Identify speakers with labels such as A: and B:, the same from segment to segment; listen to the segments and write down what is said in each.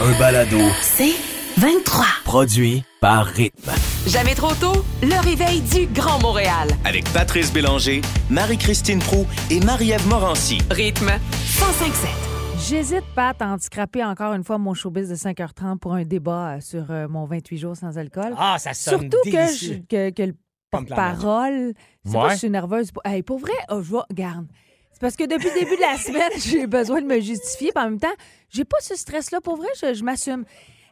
A: Un balado
B: C'est 23.
A: produit par Rythme.
B: Jamais trop tôt, le réveil du Grand Montréal.
C: Avec Patrice Bélanger, Marie-Christine Prou et Marie-Ève Morancy.
B: Rythme 105.7.
D: J'hésite, Pat, à handicraper encore une fois mon showbiz de 5h30 pour un débat euh, sur euh, mon 28 jours sans alcool.
E: Ah, ça sonne
D: Surtout que, je-
E: délicieux.
D: que, que le
E: Pomme flamande.
D: porte-parole, c'est pas
F: Ouais.
D: que je suis nerveuse. Hey, pour vrai, oh, je vois, garde. C'est parce que depuis le début de la semaine, j'ai besoin de me justifier. Puis en même temps, j'ai pas ce stress-là. Pour vrai, je, je m'assume.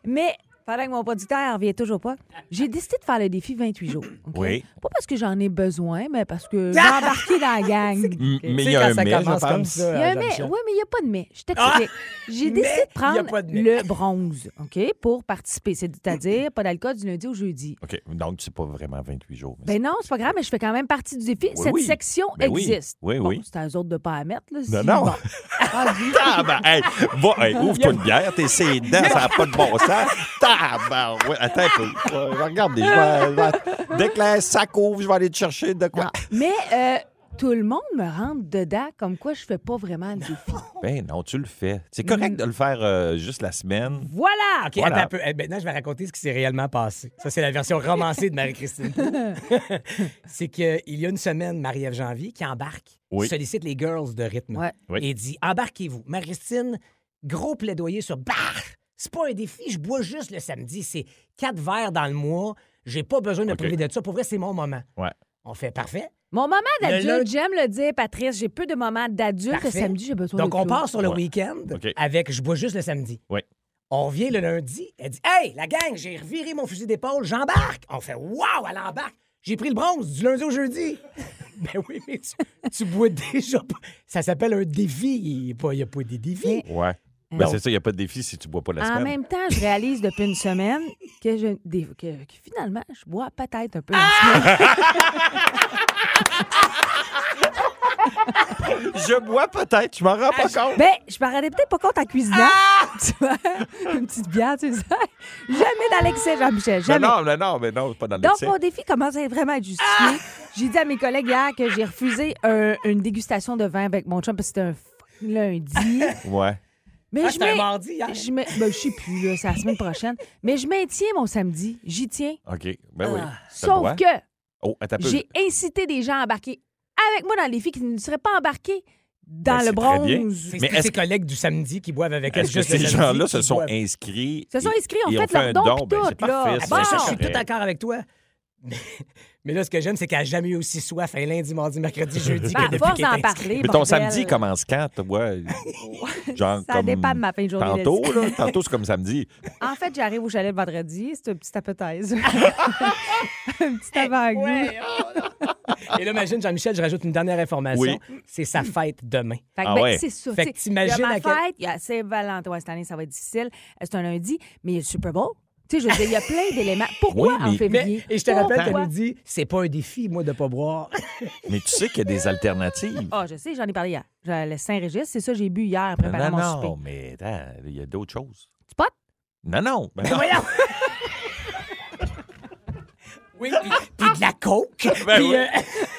D: Mais pendant que mon producteur ne revient toujours pas, j'ai décidé de faire le défi 28 jours. OK?
F: Oui.
D: Pas parce que j'en ai besoin, mais parce que j'ai embarqué dans la gang.
F: M-
E: Tu
F: Mais
E: sais,
F: il y a
E: quand
F: un
E: ça
F: mais, je
E: commence
F: pense.
E: comme ça,
D: Il y a un
E: Jean-Michel.
D: mais. Oui, mais il n'y a pas de mais. Je t'explique. J'ai
E: Ah! Mais,
D: décidé de
E: il y a
D: prendre
E: pas de mais.
D: le bronze, OK, pour participer. C'est-à-dire pas d'alcool du lundi au jeudi.
F: OK, donc c'est pas vraiment 28 jours. mais
D: Ben non, c'est pas grave, mais je fais quand même partie du défi.
F: Oui,
D: Cette
F: oui.
D: section
F: Ben oui.
D: existe.
F: Oui,
D: Bon,
F: oui.
D: c'est à eux autres de pas la mettre. Là,
F: Non,
D: si-
F: non.
D: bon. Ah, oui.
F: Ah ben, hey, va, hey, ouvre-toi une bière, t'es ses dents, ça n'a pas de bon sens. Tabarouette. attends un peu. Euh, Regardez, je vais, je vais- dès que le sac ouvre, je vais aller te chercher de quoi.
D: mais euh, tout le monde me rentre dedans comme quoi je fais pas vraiment le défi.
F: Ben non, tu le fais. C'est
D: Mm.
F: correct de le faire euh, juste la semaine.
D: voilà!
E: OK,
F: Voilà.
E: attends un peu. Eh, Maintenant, je vais raconter ce qui s'est réellement passé. Ça, c'est la version romancée de Marie-Christine. Prou. c'est qu'il y a une semaine, Marie-Ève Janvier qui embarque,
F: Oui.
E: sollicite les girls de rythme
D: Ouais.
F: Oui.
E: et dit embarquez-vous. Marie-Christine, gros plaidoyer sur bah, c'est pas un défi, je bois juste le samedi. C'est quatre verres dans le mois. J'ai pas besoin de me
F: OK.
E: priver de ça. Pour vrai, c'est mon moment.
F: Ouais.
E: On fait parfait.
D: Mon moment
E: Le
D: d'adulte,
E: lundi-
D: j'aime le dire, Patrice, j'ai peu de moments d'adulte. Le
E: Parfait.
D: samedi, j'ai besoin
E: Donc,
D: de
E: on
D: tout.
E: part sur le
F: Ouais.
E: week-end
F: OK.
E: avec je bois juste le samedi.
F: Oui.
E: On revient le lundi. Elle dit Hey, la gang, j'ai reviré mon fusil d'épaule, j'embarque. On fait Waouh, elle embarque. J'ai pris le bronze du lundi au jeudi. ben oui, mais tu, tu bois déjà pas. Ça s'appelle un défi. Il n'y a, pas- il y a pas des défis.
F: Ouais. Ben c'est ça, il n'y a pas de défi si tu bois pas la
D: En
F: semaine.
D: même temps, je réalise depuis une semaine que, je, des- que- que finalement, je bois peut-être un peu.
F: Ah!
D: la semaine.
F: Je bois peut-être, je m'en rends pas compte.
D: Ben, je m'en rendais peut-être pas compte en cuisinant.
F: Ah!
D: Tu vois, une petite bière, tu sais. Jamais dans l'excès, Jean-Michel. Jamais.
F: Ben Non, non, non, mais Ah! non, pas dans
D: Donc,
F: l'excès.
D: mon défi commence à vraiment être justifié. J'ai dit à mes collègues hier que j'ai refusé un- une dégustation de vin avec mon chum parce que c'était un fucking lundi.
F: Ouais.
D: Mais
E: Ah,
D: je
E: c'était un
D: mets-
E: mardi hier.
D: Je mets- ben, je sais plus, là, c'est la semaine prochaine. Mais je maintiens mon samedi. J'y tiens.
F: OK. Ben oui. Ça
D: Sauf
F: boit.
D: que
F: Oh, attends un peu.
D: Ah. J'ai incité des gens à embarquer avec moi dans les filles qui ne seraient pas embarquées dans le
F: Ben, c'est très bien.
D: bronze.
E: C'est
F: Mais
E: tous
F: est-ce
E: ses collègues du samedi qui boivent avec elle
F: Est-ce que
E: juste
F: ces
E: le samedi
F: gens-là
E: qui
F: se sont
E: boivent.
F: inscrits?
D: Se sont
F: et-
D: inscrits, ont
F: et
D: fait
F: fait
D: leur
F: un
D: don,
F: don,
D: puis
F: ben,
D: tout,
F: c'est parfait,
D: là.
E: Ah,
F: ça,
E: ben,
D: Bon.
E: ça, je suis
F: correct.
E: tout d'accord avec toi. Mais, mais là, ce que j'aime, c'est qu'elle n'a jamais eu aussi soif un lundi, mardi, mercredi, jeudi. que
D: Ben, à
E: depuis
D: force
E: qu'elle est
D: d'en
E: inscrite.
D: parler.
F: Mais ton
D: bordel. euh.
F: samedi commence quand, tu vois? Genre
D: Ça
F: comme
D: dépend de ma fin de journée,
F: Tantôt,
D: là-dessus.
F: là. Tantôt, c'est comme samedi.
D: En fait, j'arrive au chalet le vendredi. C'est une petite appétaise. un petit avant-goût.
E: Ouais, oh, non. Et là, imagine, Jean-Michel, je rajoute une dernière information.
F: Oui.
E: C'est sa fête demain.
D: Fait que,
F: Ah
D: ben,
F: ouais.
D: c'est ça.
E: Fait
D: tu
E: que
D: sais, il y a
E: t'imagines
D: ma
E: à quel-
D: fête, il y a Saint-Valentin. Ouais, cette année, ça va être difficile. Euh, C'est un lundi, mais il y a le Super Bowl. Tu sais, je veux dire, il y a plein d'éléments. Pourquoi
F: Oui, mais-
D: en février?
E: Mais, et je te rappelle qu'elle
D: Pourquoi?
E: nous dit c'est pas un défi, moi, de pas boire.
F: Mais tu sais qu'il y a des alternatives.
D: Ah, je sais, j'en ai parlé hier. J'ai- Le Saint-Régis, c'est ça, j'ai bu hier en préparant
F: non,
D: mon
F: non,
D: souper.
F: mais attends, il y a d'autres choses.
D: Tu potes?
F: Non, non. ben non.
E: Voyons! oui, puis, puis de la coke.
F: Ben
E: puis,
F: oui.
E: euh,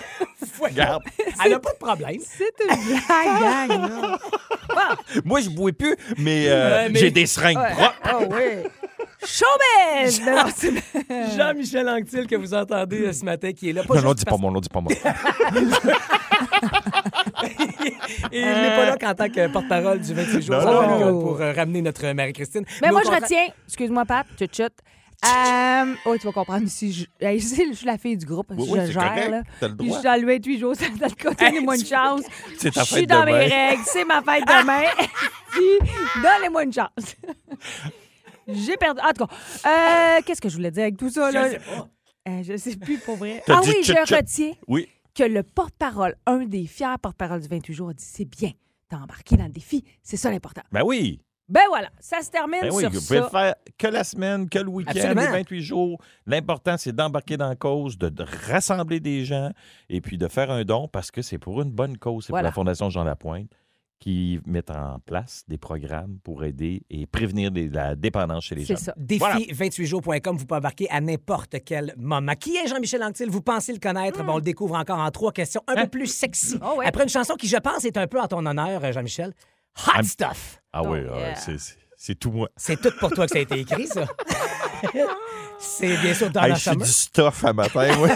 E: voyons.
F: Regarde.
E: Elle n'a pas de problème.
D: C'est une blague, gang. là.
F: Moi, je bois plus, mais, euh,
E: Ouais, mais-
F: j'ai des seringues propres.
D: Oh oui. Showbiz! Non, c'est- euh,
E: Jean-Michel Anctil que vous entendez euh, ce matin qui est là. Pas
F: Non,
E: juste
F: non, dis pas
E: parce-
F: mon nom, dis pas mon nom.
E: Et il n'est pas là qu'en tant que porte-parole du 28 jours
F: Non,
E: sans
F: non.
E: alcool pour euh, ramener notre Marie-Christine.
D: Mais moi,
E: au
D: je
E: contraire-
D: retiens. Excuse-moi, Pat, tchut tchut. Euh, oui, tu vas comprendre. Si je, Hey, je sais, je suis la fille du groupe,
F: Oui,
D: je
F: oui, c'est
D: gère.
F: correct,
D: là.
F: t'as le
D: Puis je
F: droit.
D: suis dans le 28 jours, ça donne le côté, moi une chance.
F: C'est ta
D: Je suis
F: fête
D: dans mes
F: demain.
D: règles, c'est ma fête demain. Puis, donnez-moi une chance. J'ai perdu. En tout cas, euh, qu'est-ce que je voulais dire avec tout ça? là?
E: Je sais pas.
D: Euh, je sais plus pour vrai.
F: T'as
D: Ah
F: dit
D: oui,
F: tchut,
D: je
F: tchut.
D: retiens
F: Oui.
D: que le porte-parole, un des fiers porte-parole du 28 jours, a dit c'est bien, t'as embarqué dans le défi, c'est ça l'important.
F: Ben oui.
D: Ben voilà, ça se termine
F: Ben oui,
D: sur
F: vous
D: ça.
F: pouvez le faire que la semaine, que le week-end,
E: Absolument.
F: les 28 jours. L'important, c'est d'embarquer dans la cause, de, de rassembler des gens et puis de faire un don parce que c'est pour une bonne cause. C'est
D: Voilà.
F: pour la Fondation Jean Lapointe qui met en place des programmes pour aider et prévenir des- la dépendance chez les
D: C'est
F: jeunes.
D: ça.
F: Voilà.
E: Défi28jours.com, vous pouvez embarquer à n'importe quel moment. Qui est Jean-Michel Anctil? Vous pensez le
F: Hmm.
E: connaître? Ben, on le découvre encore en trois questions un
F: Hein?
E: peu plus sexy.
D: Oh ouais.
E: Après une chanson qui, je pense, est un peu en ton honneur, euh, Jean-Michel. Hot
F: I'm-
E: Stuff!
F: Ah oui,
D: Donc,
F: ah ouais,
D: euh,
F: c'est- c'est- c'est tout moi.
E: C'est tout pour toi que ça a été écrit, ça. C'est bien sûr Donna
F: Hey, je suis
E: Summer.
F: du stuff à matin, moi.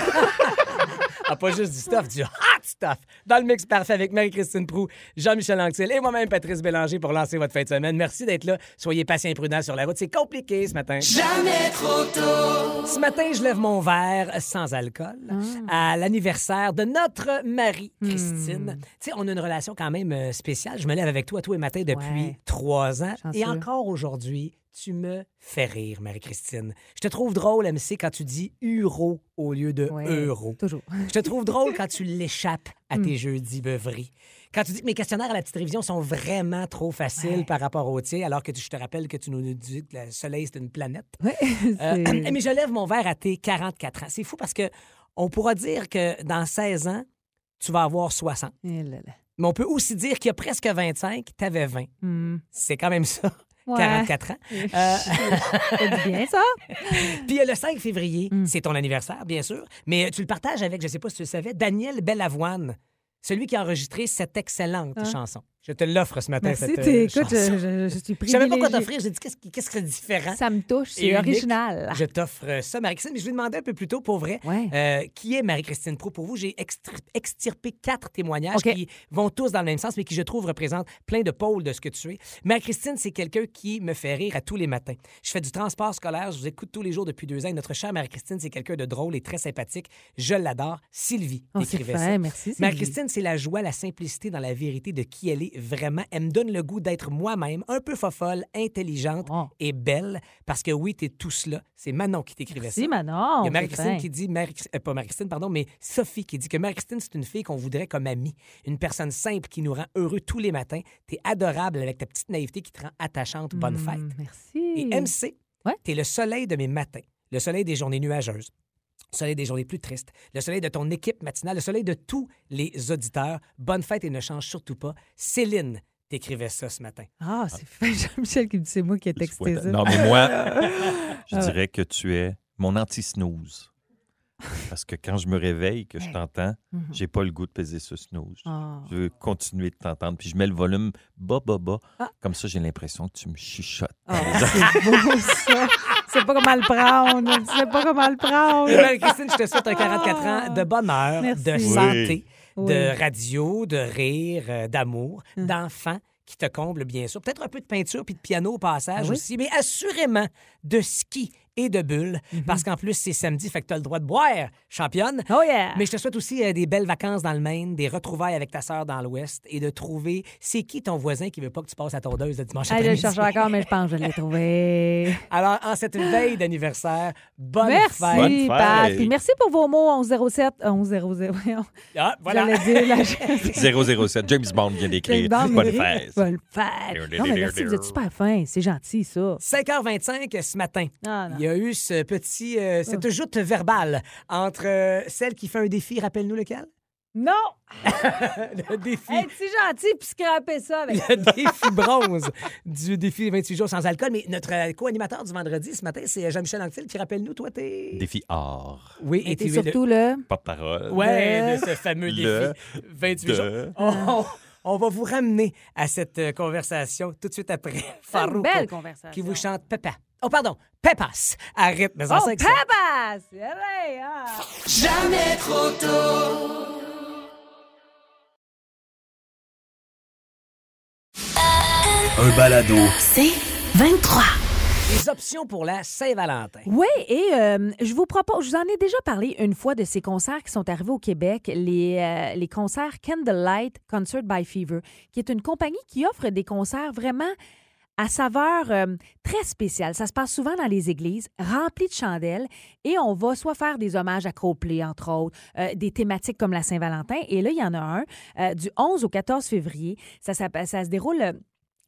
E: Ah, pas juste du stuff, du hot stuff. Dans le mix parfait avec Marie-Christine Prou, Jean-Michel Anctil et moi-même, Patrice Bélanger, pour lancer votre fin de semaine. Merci d'être là. Soyez patient et prudent sur la route. C'est compliqué ce matin. Ce matin, je lève mon verre sans alcool
D: Ah.
E: à l'anniversaire de notre Marie
D: Hmm.
E: Christine. Tu sais, on a une relation quand même euh, spéciale. Je me lève avec toi tous les matins depuis
D: Ouais.
E: trois ans. Et
D: Chanceux.
E: encore aujourd'hui, tu me fais rire, Marie-Christine. Je te trouve drôle, MC, quand tu dis euro au lieu de
D: Ouais,
E: euro.
D: Toujours.
E: Je te trouve drôle quand tu l'échappes à tes jeudis beuveries. Quand tu dis que mes questionnaires à la petite révision sont vraiment trop faciles par rapport aux tiens, alors que tu- je te rappelle que tu nous dis que le soleil, c'est une planète.
D: Ouais,
E: Euh,
D: c'est-
E: mais je lève mon verre à tes 44 ans. C'est fou parce que on pourra dire que dans 16 ans, tu vas avoir 60.
D: Eh là là.
E: Mais on peut aussi dire qu'il y a presque 25, tu avais 20.
D: Hmm.
E: C'est quand même ça,
D: Ouais.
E: 44 ans.
D: C'est du bien, ça?
E: Puis euh, le 5 février,
D: Mm.
E: c'est ton anniversaire, bien sûr, mais euh, tu le partages avec, je ne sais pas si tu le savais, Daniel Bellavoine, celui qui a enregistré cette excellente chanson. Je te l'offre ce matin,
D: Ah. Merci.
E: cette euh,
D: t'es- écoute,
E: chanson.
D: je, je- je
E: Je
D: suis
E: savais
D: privilégiée.
E: pas quoi t'offrir. hein. J'ai dit, qu'est-ce qui qu'est-ce qui serait différent?
D: Ça me
E: Et
D: touche, c'est
E: unique.
D: original.
E: Je t'offre euh, ça, Marie-Christine. Mais je lui demandais un peu plus tôt, pour vrai,
D: Ouais.
E: euh, qui est Marie-Christine Pro. Pour vous, j'ai extri- extirpé quatre témoignages
D: OK.
E: qui vont tous dans le même sens, mais qui, je trouve, représentent plein de pôles de ce que tu es. Marie-Christine, c'est quelqu'un qui me fait rire à tous les matins. Je fais du transport scolaire, je vous écoute tous les jours depuis deux ans. Et notre chère Marie-Christine, c'est quelqu'un de drôle et très sympathique. Je l'adore. Sylvie
D: Oh, c'est
E: écrivait
D: fin,
E: ça.
D: merci, Sylvie.
E: Marie-Christine, c'est la joie, la simplicité dans la vérité de qui elle est vraiment. Elle me donne le goût d'être moi-même, un peu fofolle, intelligente
D: Oh.
E: et belle, parce que oui, t'es tout cela. C'est Manon qui t'écrivait ça.
D: Merci,
E: Il
D: Manon.
E: y a
D: c'est
E: Marie-Christine
D: fin.
E: qui dit, Marie- euh, pas Marie-Christine, pardon, mais Sophie qui dit que Marie-Christine, c'est une fille qu'on voudrait comme amie. Une personne simple qui nous rend heureux tous les matins. T'es adorable avec ta petite naïveté qui te rend attachante. Bonne fête.
D: Hmm, Merci.
E: Et MC,
D: Ouais.
E: t'es le soleil de mes matins, le soleil des journées nuageuses, le soleil des journées plus tristes, le soleil de ton équipe matinale, le soleil de tous les auditeurs. Bonne fête et ne change surtout pas. Céline, t'écrivais ça ce matin.
D: Ah, c'est fin. Jean-Michel qui me dit c'est moi qui ai texté ça.
F: Non, mais moi,
D: Ah
F: je dirais que tu es mon anti-snooze. Parce que quand je me réveille, que je t'entends, j'ai pas le goût de peser ce snooze.
D: Hmm. Ah.
F: Je veux continuer de t'entendre. Puis je mets le volume bas, bas, bas. Comme ça, j'ai l'impression que tu me chichotes.
D: Ah, c'est beau, ça. Je sais pas comment le prendre. Je sais pas comment le prendre.
E: Et Marie-Christine, je te souhaite un 44 ans de bonheur,
D: Ah, Merci.
E: de
D: Oui.
E: santé,
D: Oui. Hum.
E: de radio, de rire, euh, d'amour, d'enfants qui te comblent, bien sûr. Peut-être un peu de peinture puis de piano au passage
D: Ah oui?
E: aussi, mais assurément de ski et de bulles, parce qu'en plus, c'est samedi, fait que tu as le droit de boire, championne.
D: Mhm. Oh yeah!
E: Mais je te souhaite aussi euh, des belles vacances dans le Maine, des retrouvailles avec ta sœur dans l'Ouest et de trouver c'est qui ton voisin qui veut pas que tu passes à tondeuse le dimanche
D: Ah, je le
E: après-midi.
D: cherche encore, mais je pense que je l'ai trouvé.
E: Alors, en cette veille d'anniversaire, bonne fête.
F: Bonne
D: Merci,
F: fête.
D: Pat. Puis merci pour vos mots 1107, 1100.
E: Ah, voilà.
D: J'allais dire la chose.
F: 007, James Bond vient d'écrire. Bonne fête.
D: Bonne fête. Non, mais merci, vous êtes super fin. C'est gentil, ça.
E: 5h25 ce matin.
D: Ah, non.
E: Il y a eu ce petit, euh, cette
D: Oh.
E: joute verbale entre euh, celle qui fait un défi, rappelle-nous lequel?
D: Non!
E: Le défi.
D: Hey, c'est gentil, puis scraper ça avec.
E: Le défi bronze du défi 28 jours sans alcool. Mais notre euh, co-animateur du vendredi ce matin, c'est euh, Jean-Michel Anctil qui rappelle nous, toi, t'es.
F: Défi art.
E: Oui,
D: Et
E: t'es
D: t'es surtout là.
F: Porte-parole.
E: Ouais,
D: Le-
E: de ce fameux
F: Le-
E: défi 28
F: de-
E: jours. On, on va vous ramener à cette euh, conversation tout de suite après. Farouk,
D: belle conversation.
E: Qui vous chante Peppa. Oh, pardon, Peppas à rythme.
D: Oh,
E: 105.
D: Pabas! Allez, ah.
A: Un balado.
G: C'est 23.
E: Les options pour la Saint-Valentin.
D: Oui, et euh, je vous propose, je vous en ai déjà parlé une fois de ces concerts qui sont arrivés au Québec, les, euh, les concerts Candlelight Concert by Fever, qui est une compagnie qui offre des concerts vraiment à saveur euh, très spéciale. Ça se passe souvent dans les églises, remplies de chandelles, et on va soit faire des hommages à Coldplay, entre autres, euh, des thématiques comme la Saint-Valentin, et là, il y en a un euh, du 11 au 14 février. Ça, s'appelle- ça se déroule... euh,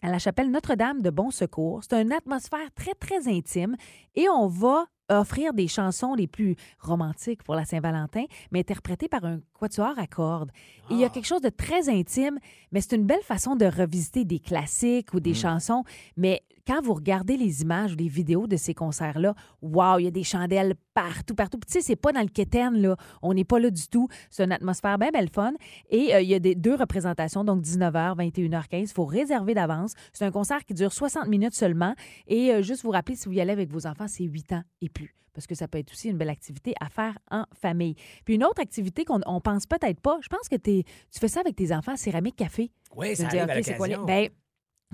D: à la chapelle Notre-Dame de Bon Secours. C'est une atmosphère très, très intime et on va offrir des chansons les plus romantiques pour la Saint-Valentin, mais interprétées par un quatuor à cordes. Et Il y a quelque chose de très intime, mais c'est une belle façon de revisiter des classiques ou des chansons. Mais quand vous regardez les images ou les vidéos de ces concerts-là, wow, il y a des chandelles partout, partout. Puis tu sais, c'est pas dans le quétaine, là. On n'est pas là du tout. C'est une atmosphère bien belle fun. Et euh, il y a des, deux représentations, donc 19h, 21h15. Il faut réserver d'avance. C'est un concert qui dure 60 minutes seulement. Et euh, juste vous rappeler, si vous y allez avec vos enfants, c'est 8 ans et plus. Parce que ça peut être aussi une belle activité à faire en famille. Puis une autre activité qu'on on pense peut-être pas, je pense que t'es- tu fais ça avec tes enfants, céramique café.
E: Oui,
D: Je
E: ça
D: me dis,
E: arrive à
D: OK, c'est quoi les-
E: l'occasion.
D: Ben,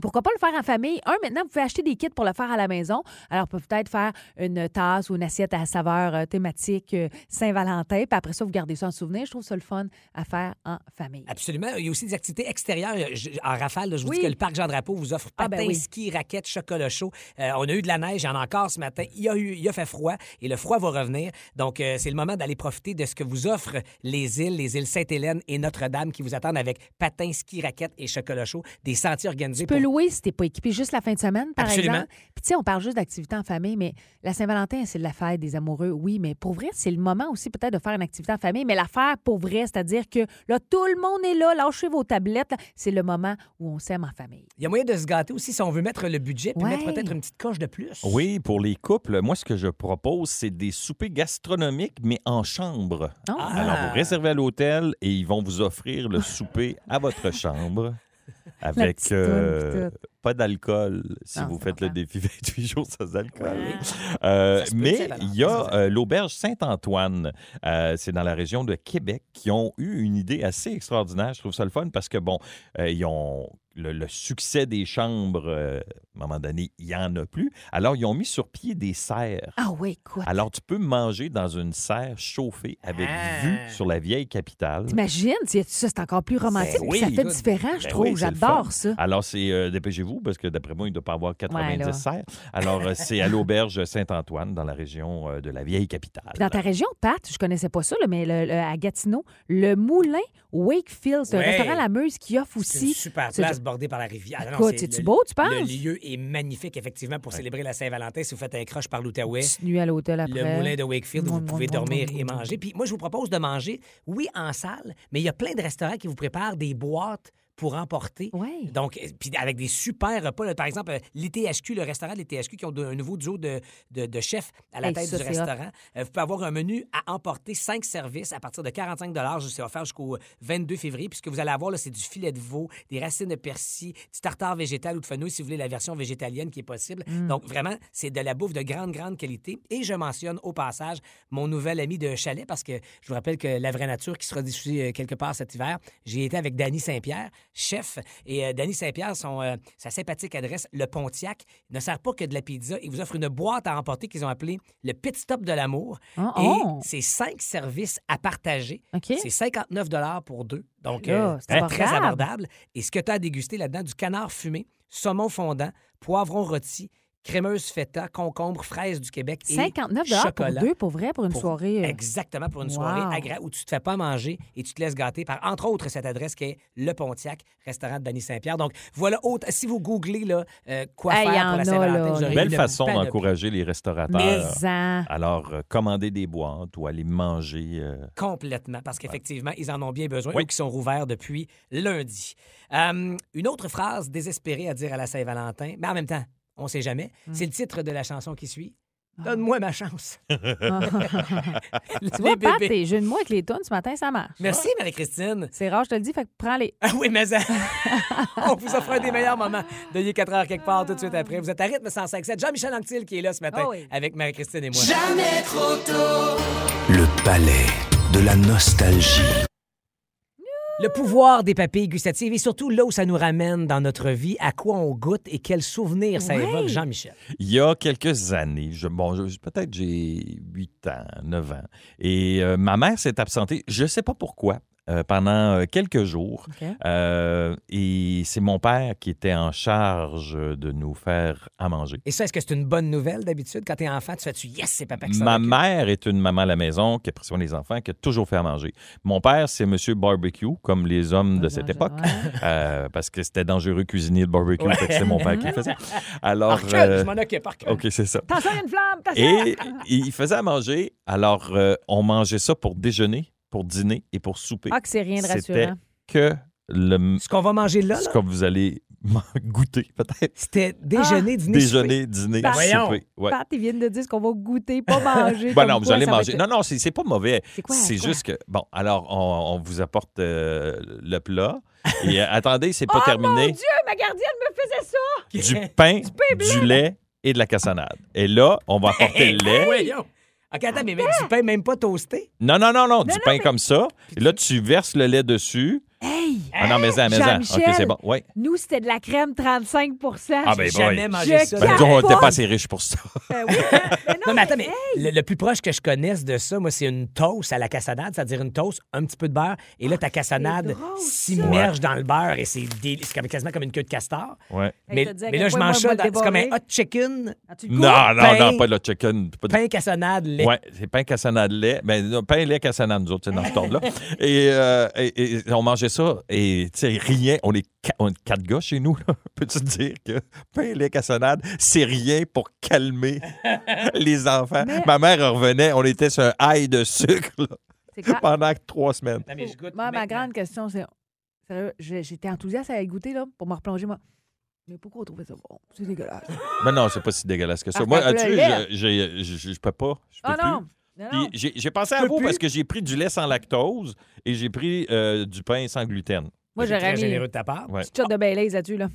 D: pourquoi pas le faire en famille? Un, maintenant, vous pouvez acheter des kits pour le faire à la maison. Alors, peut- peut-être faire une tasse ou une assiette à saveur euh, thématique euh, Saint-Valentin. Puis après ça, vous gardez ça en souvenir. Je trouve ça le fun à faire en famille.
E: Absolument. Il y a aussi des activités extérieures. Je- en rafale, là, je vous
D: Oui.
E: dis que le parc Jean-Drapeau vous offre
D: Ah,
E: patin,
D: ben oui.
E: ski, raquettes, chocolat chaud. Euh, on a eu de la neige, il y en a encore ce matin. Il y a, eu, il a fait froid et le froid va revenir. Donc, euh, c'est le moment d'aller profiter de ce que vous offrent les îles, les îles Sainte-Hélène et Notre-Dame qui vous attendent avec patin, ski, raquettes et chocolat chaud. Des sentiers organisés
D: Tu peux
E: pour...
D: louer si t'es pas équipé juste la fin de semaine, par
E: Absolument.
D: exemple. Puis tu sais, on parle juste d'activité en famille, mais la Saint-Valentin, c'est la fête des amoureux, oui, mais pour vrai, c'est le moment aussi peut-être de faire une activité en famille, mais la faire pour vrai, c'est-à-dire que là, tout le monde est là, lâchez vos tablettes, là. c'est le moment où on s'aime en famille.
E: Il y a moyen de se gâter aussi si on veut mettre le budget puis
D: Ouais.
E: mettre peut-être une petite coche de plus.
F: Oui, pour les couples, moi, ce que je propose, c'est des soupers gastronomiques, mais en chambre.
D: Non?
E: Ah.
F: Alors, vous réservez à l'hôtel et ils vont vous offrir le souper à votre chambre
D: petite
F: avec
D: toune,
F: euh,
D: puis tout.
F: pas d'alcool si
D: Non,
F: vous
D: c'est
F: faites le
D: parfait.
F: défi 28 jours sans alcool. Euh,
E: Ça se peut,
F: mais
E: c'est la
F: il y
E: balance,
F: a
E: ça.
F: euh, l'auberge Saint-Antoine, euh, c'est dans la région de Québec, qui ont eu une idée assez extraordinaire. Je trouve ça le fun parce que, bon, euh, ils ont le, le succès des chambres, euh, à un moment donné, il n'y en a plus. Alors, ils ont mis sur pied des serres.
D: Ah oui, quoi?
F: Alors, tu peux manger dans une serre chauffée avec
E: Ah.
F: vue sur la vieille capitale.
D: T'imagines, si ça, c'est encore plus romantique,
F: Ben
D: puis ça
F: oui.
D: fait différent, je
F: Ben
D: trouve.
F: oui, c'est le
D: J'adore
F: fun.
D: ça.
F: Alors, c'est euh, dépêchez-vous, parce que d'après moi, il ne doit pas avoir 90
D: là.
F: serres. Alors, euh, c'est à l'auberge Saint-Antoine, dans la région euh, de la vieille capitale.
D: Puis dans ta région, Pat, je connaissais pas ça, là, mais le- le- à Gatineau, le Moulin Wakefield, c'est un
E: Ouais.
D: restaurant à la Meuse qui offre
E: C'est une
D: aussi.
E: super
D: c'est-
E: place bordée par la rivière. Ah non,
D: Écoute,
E: c'est
D: c'est-tu
E: le-
D: beau, tu
E: Le
D: penses?
E: lieu est magnifique, effectivement, pour célébrer la Saint-Valentin. Si vous faites un croche par l'Outaouais,
D: Petite nuit à l'hôtel après.
E: le moulin de Wakefield, où
D: Mouin,
E: vous pouvez
D: mouin, mouin,
E: dormir
D: mouin,
E: et
D: mouin.
E: manger. Puis moi, je vous propose de manger, oui, en salle, mais il y a plein de restaurants qui vous préparent des boîtes pour emporter.
D: Ouais.
E: Donc, euh, puis avec des super repas. là. Par exemple, euh, l'ITHQ, le restaurant de l'ITHQ, qui ont de- un nouveau duo de, de, de chefs à la
D: Hey,
E: tête
D: ça,
E: du
D: c'est hot.
E: restaurant. Euh, vous pouvez avoir un menu à emporter, cinq services à partir de 45 Je sais offert jusqu'au 22 février. Puis ce que vous allez avoir, là, c'est du filet de veau, des racines de persil, du tartare végétal ou de fenouil, si vous voulez la version végétalienne qui est possible.
D: Mm.
E: Donc, vraiment, c'est de la bouffe de grande, grande qualité. Et je mentionne au passage mon nouvel ami de chalet, parce que je vous rappelle que La Vraie Nature, qui sera diffusée euh, quelque part cet hiver, j'ai été avec Danny Saint-Pierre, chef. Et euh, Danny Saint-Pierre, son, euh, sa sympathique adresse, le Pontiac, ne sert pas que de la pizza. Il vous offre une boîte à emporter qu'ils ont appelée le Pit Stop de l'amour.
D: Oh,
E: Et
D: oh.
E: c'est cinq services à partager.
D: OK.
E: C'est 59 pour deux. Donc,
D: Là, c'est
E: euh, très
D: abordable.
E: abordable. Et ce que tu as à déguster là-dedans, du canard fumé, saumon fondant, poivron rôti, crémeuse feta, concombre, fraise du Québec et
D: 59 pour
E: chocolat.
D: deux, pour vrai, pour une
E: Pour-
D: soirée. euh,
E: Exactement, pour une
D: Wow.
E: soirée agra- où tu te fais pas manger et tu te laisses gâter par, entre autres, cette adresse qui est Le Pontiac, restaurant de Danny Saint-Pierre. Donc, voilà, autre- si vous googlez là, euh, quoi
D: Hey,
E: faire
D: y en
E: pour
D: a,
E: la
D: là,
E: Saint-Valentin, vous
D: là.
E: aurez
F: Belle
E: une
F: façon
E: panoplie.
F: d'encourager les restaurateurs.
D: Mais en-
F: Alors, euh, commander des boîtes ou aller manger. euh,
E: Complètement, parce qu'effectivement, ils en ont bien besoin,
F: Oui.
E: eux qui sont rouverts depuis lundi. Euh, une autre phrase désespérée à dire à la Saint-Valentin, mais en même temps, on sait jamais,
D: Hmm.
E: c'est le titre de la chanson qui suit. Donne-moi ma chance.
D: Ah.
E: Ah.
D: Tu vois, Ah. Pat, tes jeux de mots avec les tonnes ce matin, ça marche.
E: Merci, Marie-Christine.
D: C'est rare, je te le dis, fait que prends-les.
E: Ah oui, mais ça- on vous offre un des meilleurs moments de Yé 4 heures quelque part tout de suite après. Vous êtes à rythme 105.7. Jean-Michel Anctil qui est là ce matin
D: Ah oui.
E: avec Marie-Christine et moi.
A: Le palais de la nostalgie.
E: Le pouvoir des papilles gustatives et surtout là où ça nous ramène dans notre vie, à quoi on goûte et quels souvenirs ça
D: Ouais.
E: évoque, Jean-Michel.
F: Il y a quelques années, je, bon, je- peut-être j'ai 8 ans, 9 ans, et euh, ma mère s'est absentée, je ne sais pas pourquoi. euh, pendant euh, quelques jours.
D: OK.
F: Euh, et c'est mon père qui était en charge de nous faire à manger.
E: Et ça, est-ce que c'est une bonne nouvelle d'habitude? Quand t'es enfant, tu fais-tu Yes, c'est papa qui s'en
F: Ma
E: occupe.
F: mère est une maman à la maison qui a pris soin des enfants, qui a toujours fait à manger. Mon père, c'est Monsieur Barbecue, comme les hommes de cette
D: Manger-
F: époque,
D: ouais.
F: euh, parce que c'était dangereux cuisiner le barbecue. fait que C'est mon père qui le faisait. Alors,
E: Par cul,
F: euh,
E: je m'en occupe, par cul.
F: OK, c'est ça.
D: T'en sors une flamme, t'en sors-
F: Et il faisait à manger. Alors, euh, on mangeait ça pour déjeuner, pour dîner et pour souper.
D: Ah, que c'est rien de
F: C'était
D: rassurant.
F: que le,
E: Ce qu'on va manger là,
F: ce
E: là,
F: que vous allez goûter, peut-être.
E: c'était déjeuner,
D: Ah!
E: dîner, souper.
F: Déjeuner, dîner,
D: Ben
E: voyons.
F: souper. Ouais.
D: Pat, ils viennent de dire ce qu'on va goûter, pas manger.
F: Ben
D: comme
F: non, vous
D: quoi,
F: allez
D: ça va
F: manger.
D: être-
F: Non, non, c'est c'est pas mauvais.
D: C'est quoi?
F: C'est
D: quoi?
F: juste que, bon, alors, on, on vous apporte euh, le plat. Et euh, attendez, c'est pas
D: Oh, Mon
F: terminé.
D: Dieu, ma gardienne me faisait ça!
F: Du pain, du lait et de la cassonade. Et là, on va
D: Ben,
F: apporter
D: eh,
F: le
D: ah
F: lait.
E: Eh, Voyons. OK, attends, mais mec, tu payes même pas toasté.
F: Non, non, non, non, du pain comme ça. Et là, tu verses le lait dessus.
D: Hey!
F: Ah non, mais à maison. OK,
D: Jean-Michel.
F: c'est bon. Oui.
D: Nous, c'était de la crème 35
F: Ah, ben,
E: Jamais
F: boy.
E: mangé
D: Je
E: ça.
F: Ben,
D: capote.
F: on n'était pas assez riche pour ça.
D: Ben oui, hein? Ben
E: Non, mais attends, mais le, le plus proche que je connaisse de ça, moi, c'est une toast à la cassonade, c'est-à-dire une toast, un petit peu de beurre, et là, ta cassonade
D: Ah, drôle, ça.
E: s'immerge dans le beurre et c'est déli- c'est comme- quasiment comme une queue de castor.
F: Ouais.
D: Hey,
E: Mais,
D: t'as dit à
E: mais
D: quel
E: là, je
D: point moi,
E: mange
D: je
E: ça,
D: vais
E: dans- c'est comme un
D: dévorer.
E: hot chicken,
D: Ah, tu le goûtes?
F: Non, non,
E: pain.
F: non, pas de chicken. Pas de...
E: pain, cassonade, lait.
F: Ouais, c'est pain cassonade lait. Ben, non, pain lait cassonade, nous autres, c'est dans ce ordre-là. Et, euh, et- et on mangeait ça et tu sais, rien. On est, qua- on est quatre gars chez nous. là. Peux-tu te dire que pain lait cassonade, c'est rien pour calmer les enfants. Ma mère elle revenait, on était sur un high de sucre là,
D: C'est clair.
F: pendant trois semaines.
E: Non, mais je goûte
D: Moi, ma
E: maintenant.
D: grande question, c'est. Sérieux, j'ai- j'étais enthousiaste à y goûter, là, pour me replonger, moi. Mais pourquoi on trouvait ça bon? C'est dégueulasse.
F: Mais non, c'est pas si dégueulasse que ça.
D: Parce
F: Moi,
D: que le
F: tu
D: lait-
F: sais, je, j'ai- je- je- je peux pas. Je peux
D: Ah
F: plus.
D: non! Non, non.
F: Puis j'ai j'ai pensé à
E: peux
F: vous
E: plus.
F: parce que j'ai pris du lait sans lactose et j'ai pris euh, du pain sans gluten.
D: Moi,
E: C'est
D: j'aurais
E: très
D: mis
E: généreux
D: une
E: de ta part.
F: Ouais.
D: petite shot de Baileys là-dessus, là.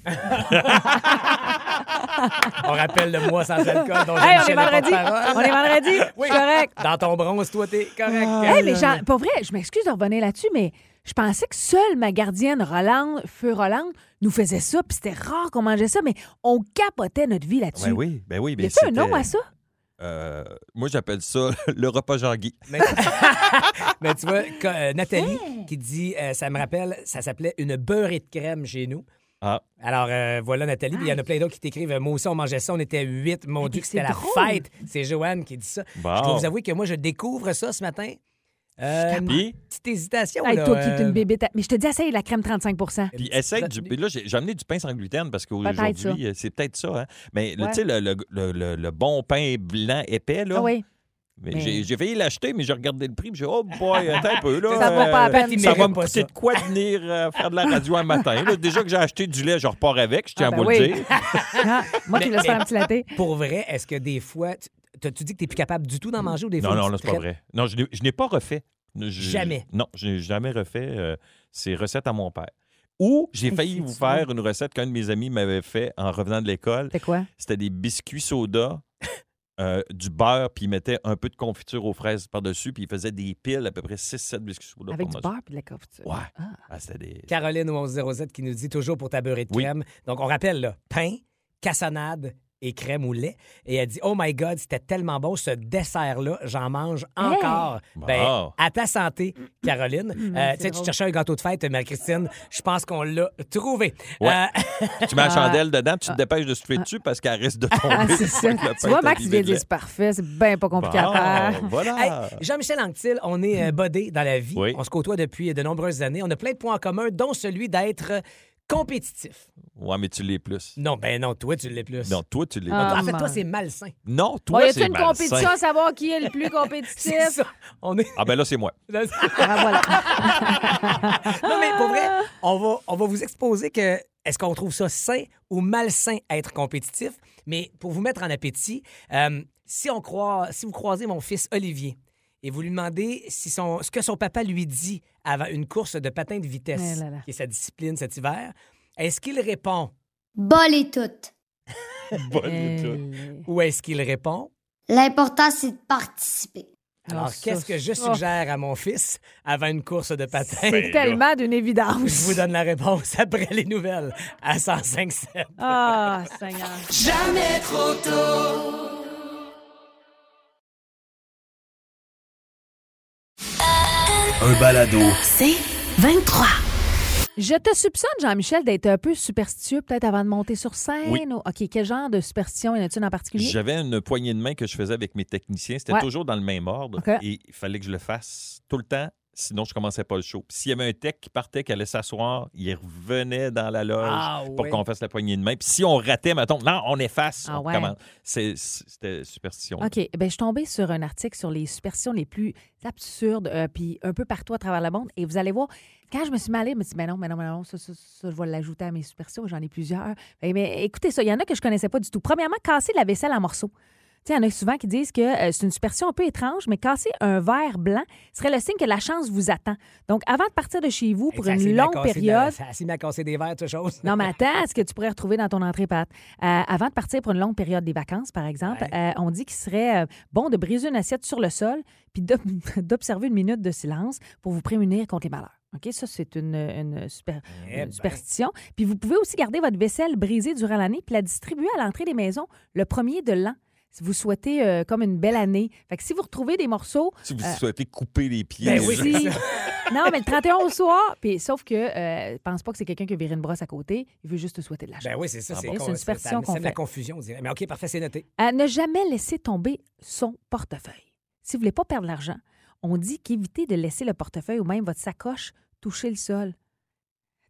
E: On rappelle le mois sans alcool dont
D: Hey, on est
E: Jean-Michel est
D: vendredi!
E: porte-parole.
D: On est vendredi!
E: Oui.
D: C'est correct!
E: Dans ton bronze, toi, t'es correct.
D: Ah. Hey, mais Jean- pas vrai, je m'excuse de revenir là-dessus, mais je pensais que seule ma gardienne Rolande, Feu Rolande, nous faisait ça, puis c'était rare qu'on mangeait ça, mais on capotait notre vie là-dessus.
F: Ben oui, ben oui.
D: Y
F: ben
D: a-tu un
F: c'était-
D: nom à ça?
F: Euh, moi, j'appelle ça le repas Jean-Guy.
E: Mais, mais tu vois, quand, euh, Nathalie qui dit, euh, ça me rappelle, ça s'appelait une beurrée de crème chez nous.
F: Ah.
E: Alors euh, voilà Nathalie, puis il y en a plein d'autres qui t'écrivent. euh, Moi aussi, on mangeait ça, on était huit. Mon Dieu, que
D: c'est
E: c'était la
D: drôle.
E: fête. C'est Joanne qui dit ça.
F: Bon.
E: Je dois vous avouer que moi, je découvre ça ce matin. Euh,
F: Puis,
E: petite
F: Eh
E: hésitation.
D: Hey,
F: oh
E: là,
D: toi qui es
E: euh,
D: une bébête. à- Mais je te dis, essaye la crème 35
F: puis essaye du. puis Là, j'ai j'ai amené du pain sans gluten parce qu'aujourd'hui, euh, c'est peut-être ça. hein. Mais le-
D: Ouais.
F: tu sais, le, le- le- le- le bon pain blanc épais, là.
D: Ah oui.
F: mais
D: mais-
F: J'ai j'ai failli l'acheter, mais j'ai regardé le prix. puis J'ai dit, oh boy, attends un peu. Là, Euh,
D: Ça vaut pas la peine.
E: Pat, il
F: Ça va
E: mérite
F: me
E: pas
F: coûter
E: ça.
F: de quoi de venir euh, faire de la radio un matin. Là, déjà que j'ai acheté du lait, je repars avec, je tiens
D: Ah,
F: à
D: ben
F: vous
D: oui.
F: le dire.
D: Ah, moi qui
E: Mais-
D: laisse faire
E: mais-
D: un petit latte.
E: Pour vrai, est-ce que des fois, tu- t'as- tu dis que t'es plus capable du tout d'en manger ou des
F: Non,
E: fois
F: non,
E: tu
F: là,
E: te
F: c'est pas
E: traites-
F: vrai. Non, je n'ai- je n'ai pas refait. Je-
E: Jamais.
F: Non, je n'ai jamais refait euh, ces recettes à mon père. Ou j'ai
D: Hey,
F: failli
D: c'est
F: vous
D: dur.
F: faire une recette qu'un de mes amis m'avait fait en revenant de l'école.
D: C'était quoi?
F: C'était des biscuits soda, euh, du beurre, puis il mettait un peu de confiture aux fraises par-dessus, puis il faisait des piles, à peu près 6-7 biscuits soda
D: Avec
F: pour
D: du
F: manger.
D: beurre puis de la confiture.
F: Ouais. Ah, c'était des...
E: Caroline au 1107 qui nous dit toujours pour ta beurrée de
F: Oui.
E: crème. Donc, on rappelle, là, pain, cassonade et crème ou lait. Et elle dit, oh my God, c'était tellement bon ce dessert-là, j'en mange encore. Ben,
F: Wow.
E: à ta santé, Caroline. Euh, tu sais, tu
D: drôle.
E: cherchais un gâteau de fête, Marie-Christine. Je pense qu'on l'a trouvé.
F: Ouais.
E: Euh,
F: Tu mets la chandelle dedans, tu te dépêches de souffler dessus parce qu'elle risque de tomber.
D: Ah, c'est ça.
F: avec le
D: Tu
F: pain
D: vois,
F: tout
D: Max, il
F: imbibé
D: vient
F: de
D: de dire
F: lait.
D: c'est parfait, c'est bien pas compliqué à
F: Bon,
D: faire.
F: voilà.
E: Hey, Jean-Michel Anctil, on est euh, bodés dans la vie.
F: Oui.
E: On se côtoie depuis de nombreuses années. On a plein de points en commun, dont celui d'être euh, compétitif.
F: Ouais, mais tu l'es plus.
E: Non, ben non, toi, tu l'es plus.
F: Non, toi, tu l'es
D: Ah.
F: plus.
E: En fait, toi, c'est malsain.
F: Non,
D: Bon,
F: toi,
D: y
F: c'est
D: a-t-il une
F: malsain.
D: compétition à savoir qui est le plus
E: C'est
D: compétitif?
E: ça. On est...
F: Ah ben là, c'est moi.
E: non,
D: Ah, voilà.
E: mais pour vrai, on va, on va vous exposer que est-ce qu'on trouve ça sain ou malsain être compétitif? Mais pour vous mettre en appétit, euh, si, on croit, si vous croisez mon fils Olivier et vous lui demandez si son, ce que son papa lui dit avant une course de patin de vitesse,
D: Eh là là.
E: qui est sa discipline cet hiver, est-ce qu'il répond
G: Bol et tout.
D: Euh,
E: ou est-ce qu'il répond?
G: L'important, c'est de participer.
E: Alors,
D: ça,
E: qu'est-ce que je
D: ça,
E: suggère à mon fils avant une course de patin?
D: C'est tellement d'une
E: Je
D: évidence.
E: vous donne la réponse après les nouvelles à 105.7.
D: Ah, Seigneur.
A: Un balado
G: C'est
H: 23.
D: Je te soupçonne, Jean-Michel, d'être un peu superstitieux, peut-être avant de monter sur scène.
F: Oui.
D: ou- OK, quel genre de superstition y en a-t-il en particulier?
F: J'avais une poignée de main que je faisais avec mes techniciens. C'était
D: Ouais.
F: toujours dans le même ordre.
D: OK.
F: Et il fallait que je le fasse tout le temps. Sinon, je commençais pas le show. Puis S'il y avait un tech qui partait, qui allait s'asseoir, il revenait dans la loge
E: Ah
F: pour
E: ouais.
F: qu'on fasse la poignée de main. Puis si on ratait, mettons, non, on efface,
D: Ah
F: on
D: ouais.
F: recommence. C'est- C'était superstition.
D: OK, ben, je suis tombée sur un article sur les superstitions les plus absurdes, euh, puis un peu partout à travers le monde. Et vous allez voir, quand je me suis malée, je me suis dit, mais non, mais non, mais non, ça, ça, ça, je vais l'ajouter à mes superstitions, j'en ai plusieurs. Ben, mais écoutez ça, il y en a que je connaissais pas du tout. Premièrement, casser la vaisselle en morceaux. Tu sais, Il y en a souvent qui disent que euh, c'est une superstition un peu étrange, mais casser un verre blanc serait le signe que la chance vous attend. Donc, avant de partir de chez vous pour
E: Hey, ça s'est
D: une
E: mis à
D: longue
E: casser de-
D: période,
E: Ça s'est mis à casser des verres, toute chose.
D: non, mais attends, ce que tu pourrais retrouver dans ton entrée Pat? Euh, avant de partir pour une longue période des vacances, par exemple, euh, on dit qu'il serait euh, bon de briser une assiette sur le sol puis d'ob- d'observer une minute de silence pour vous prémunir contre les malheurs. OK, ça, c'est une, une super-
E: Eh
D: une
E: ben.
D: superstition. Puis vous pouvez aussi garder votre vaisselle brisée durant l'année puis la distribuer à l'entrée des maisons le premier de l'an. Si vous souhaitez euh, comme une belle année. Fait que si vous retrouvez des morceaux
F: Si vous souhaitez couper les pieds,
E: Ben
F: des
E: oui,
F: gens,
D: si. non, mais le 31 au soir. Puis, sauf que, euh, pense pas que c'est quelqu'un qui a viré une brosse à côté. Il veut juste te souhaiter de la chance.
E: Ben oui, c'est ça.
D: Ah bon.
E: con-
D: C'est une superstition
E: ça- ça
D: qu'on
E: met de la
D: fait.
E: confusion, on dirait. Mais OK, parfait, c'est noté.
D: À ne jamais laisser tomber son portefeuille. Si vous voulez pas perdre l'argent, on dit qu'évitez de laisser le portefeuille ou même votre sacoche toucher le sol.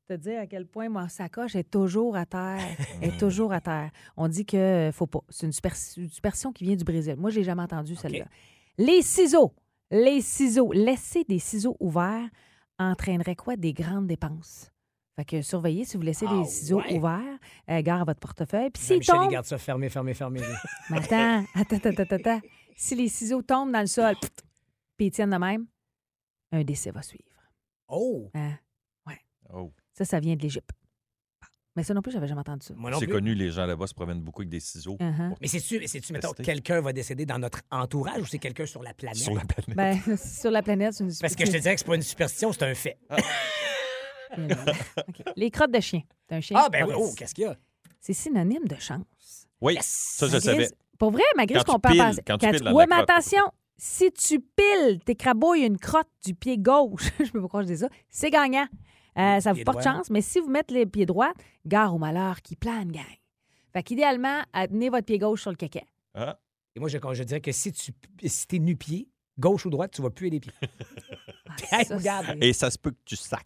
D: Te dire à quel point ma sacoche est toujours à terre, est toujours à terre. On dit que euh, faut pas. C'est une super- une superstition qui vient du Brésil. Moi, j'ai jamais entendu celle-là. Les ciseaux, les ciseaux, laisser des ciseaux ouverts entraînerait quoi des grandes dépenses. Fait que surveillez si vous laissez
E: Ah
D: des ciseaux
E: ouais.
D: ouverts, euh, gare à votre portefeuille. Puis s'ils
E: Michel, il
D: tombent,
E: garde ça fermé, fermé, fermé.
D: mais attends, attends, attends, attends, attends. Si les ciseaux tombent dans le sol, pfft, puis ils tiennent de même, un décès va suivre.
E: oh!
D: Hein?
F: oh,
D: Ça, ça vient de l'Égypte. Mais ça Ah non plus, j'avais jamais entendu ça.
E: Moi non
F: c'est
E: plus.
F: connu, les gens là-bas se promènent beaucoup avec des ciseaux
D: Uh-huh.
E: Mais c'est-tu, c'est-tu mettons,
F: Testé.
E: quelqu'un va décéder dans notre entourage ou c'est quelqu'un sur la planète?
F: sur la planète.
D: Ah, Ben, sur la planète, c'est une
E: Parce que je te dirais que c'est pas une superstition, c'est un fait.
D: OK. Les crottes de chien. T'as un chien?
E: Ah, ben oui,
D: Boris.
E: oh, qu'est-ce qu'il y a?
D: C'est synonyme de chance.
F: oui,
E: Yes!
F: ça, je
D: Ma grise-
F: savais.
D: Pour vrai, malgré
F: Quand
D: ce
F: tu
D: qu'on peut en
F: piles-
D: penser.
F: quand tu piles dans
D: Ouais,
F: la
D: mais
F: crotte.
D: attention, si tu piles, t'écrabouilles une crotte du pied gauche, je peux pas croire que je dis ça, c'est gagnant. Euh, ça vous
E: Pied
D: porte
E: droit.
D: chance, mais si vous mettez les pieds droits, gare au malheur qui plane, gang. Fait qu'idéalement, à- tenez votre pied gauche sur le caquet.
F: Ah,
E: Et moi, je, je dirais que si tu si t'es nu-pied, gauche ou droite, tu vas puer les pieds.
D: Ah,
E: Hey,
D: ça,
E: regarde.
D: c'est-
F: Et ça se peut que tu sacres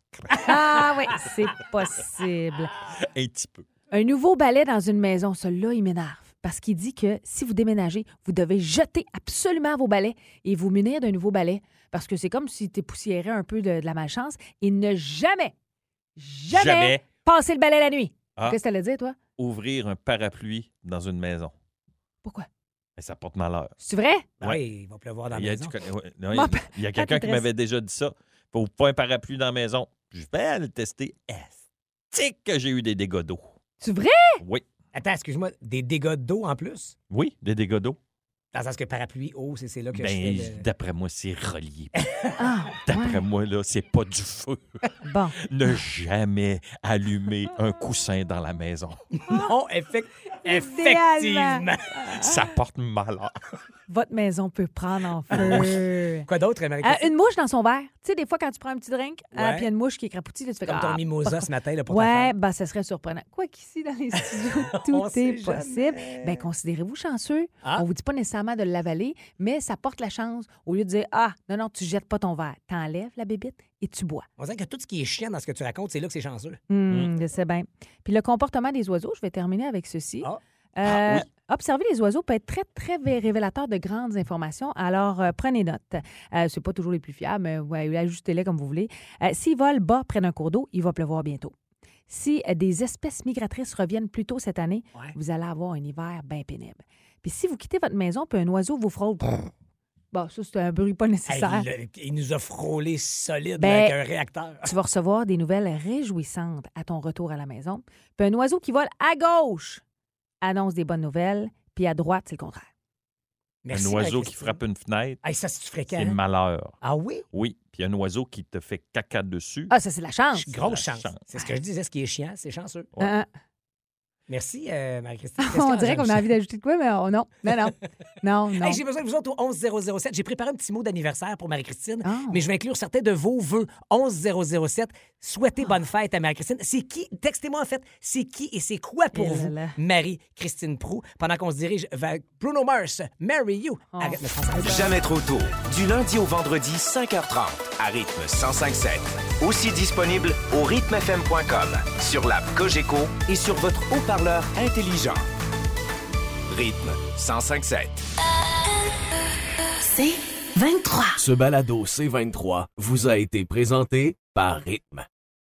D: Ah oui, c'est possible.
F: un petit peu.
D: Un nouveau balai dans une maison, celui-là, il m'énerve. Parce qu'il dit que si vous déménagez, vous devez jeter absolument vos balais et vous munir d'un nouveau balai. Parce que c'est comme si tu poussiéré un peu de, de la malchance et ne jamais, jamais,
F: Jamais.
D: passer le balai la nuit.
F: Ah.
D: Qu'est-ce que t'allais dire, toi?
F: Ouvrir un parapluie dans une maison,
D: Pourquoi?
F: Et ça porte malheur.
D: C'est vrai?
E: Ben
F: Ouais.
E: oui, il va pleuvoir dans la
F: Il y a,
E: maison.
F: du- ouais, non, il y
D: Moi,
F: a- il y a quelqu'un qui
D: m'intéresse.
F: m'avait déjà dit ça. Faut pas un parapluie dans la maison. Je vais le tester. Est-ce que j'ai eu des dégâts d'eau?
D: C'est vrai?
F: Oui.
E: Attends, excuse-moi, des dégâts d'eau en plus?
F: Oui, des dégâts d'eau.
E: Dans le sens que parapluie, eau, c'est, c'est là que
F: Ben,
E: je fais le- Eh,
F: d'après moi, c'est relié.
D: Ah,
F: D'après
D: ouais.
F: moi, là, c'est pas du feu.
D: Bon.
F: Ne jamais allumer un coussin dans la maison.
E: Non, effect-
D: Idéalement.
E: effectivement.
F: Ça
E: Ah!
F: porte malheur.
D: Votre maison peut prendre en feu.
E: Quoi d'autre, Américain?
D: Euh, une mouche dans son verre. Tu sais, des fois, quand tu prends un petit drink, euh, puis
E: Ouais.
D: il y a une mouche qui est crapoutie, là, tu fais
E: Comme ton
D: ah,
E: mimosa ce matin, là, pour ta
D: Ouais,
E: fête.
D: ben, ça serait surprenant. Quoi qu'ici, dans les studios,
E: On
D: tout
E: sait
D: est possible. Ben, considérez-vous chanceux.
E: Ah.
D: On vous dit pas nécessairement de l'avaler, mais ça porte la chance. Au lieu de dire, ah, non, non, tu jettes pas ton verre. T'enlèves la bébite et tu bois.
E: On dirait que tout ce qui est chiant dans ce que tu racontes, c'est là que c'est chanceux. Mmh.
D: Hum, Je sais bien. Puis le comportement des oiseaux, je vais terminer avec ceci.
E: Ah.
D: Euh, Observer les oiseaux peut être très, très vé- révélateur de grandes informations. Alors, euh, prenez note. Euh, c'est pas toujours les plus fiables, mais ouais, ajustez-les comme vous voulez. Euh, S'ils volent bas près d'un cours d'eau, il va pleuvoir bientôt. Si euh, des espèces migratrices reviennent plus tôt cette année,
E: Ouais.
D: vous allez avoir un hiver bien pénible. Puis si vous quittez votre maison, puis un oiseau vous frôle... Bon, ça, c'est un bruit pas
E: Hey,
D: nécessaire.
E: le- il nous a frôlé solide
D: Ben,
E: avec un réacteur.
D: Tu vas recevoir des nouvelles réjouissantes à ton retour à la maison. Puis un oiseau qui vole à gauche annonce des bonnes nouvelles, puis à droite, c'est le contraire.
E: Merci,
F: un oiseau qui
E: Marie-Christine.
F: frappe une fenêtre,
E: Hey, ça, c'est fréquent.
F: c'est
E: hein?
F: malheur.
E: Ah oui?
F: Oui. Puis un oiseau qui te fait caca dessus.
D: Ah, ça, c'est de la chance.
E: Grosse
F: la
E: chance.
F: chance.
E: C'est ce que je disais, ce qui est chiant, c'est chanceux.
F: Ouais.
D: Hein?
E: Merci, euh, Marie-Christine.
D: On
E: Tresca,
D: dirait
E: j'aime
D: qu'on
E: ça.
D: a envie d'ajouter de quoi, mais on- non. Non, non. Non, non.
E: Hey, j'ai besoin de vous autres au 11007. J'ai préparé un petit mot d'anniversaire pour Marie-Christine,
D: Ah.
E: mais je vais inclure certains de vos vœux. 11007, souhaitez bonne fête à Marie-Christine. C'est qui, textez-moi en fait, c'est qui et c'est quoi pour
D: Eh là
E: vous,
D: là.
E: Marie-Christine Prou, pendant qu'on se dirige vers Bruno Mars, Marry You.
D: Oh.
E: Arrête le français.
C: Jamais trop tôt. Du lundi au vendredi, 5h30, à rythme 105.7. Aussi disponible au rythmefm.com, sur l'app Cogeco et sur votre haut-parleur intelligent. Rythme 105.7.
H: Ce balado C23 vous a été présenté par Rythme.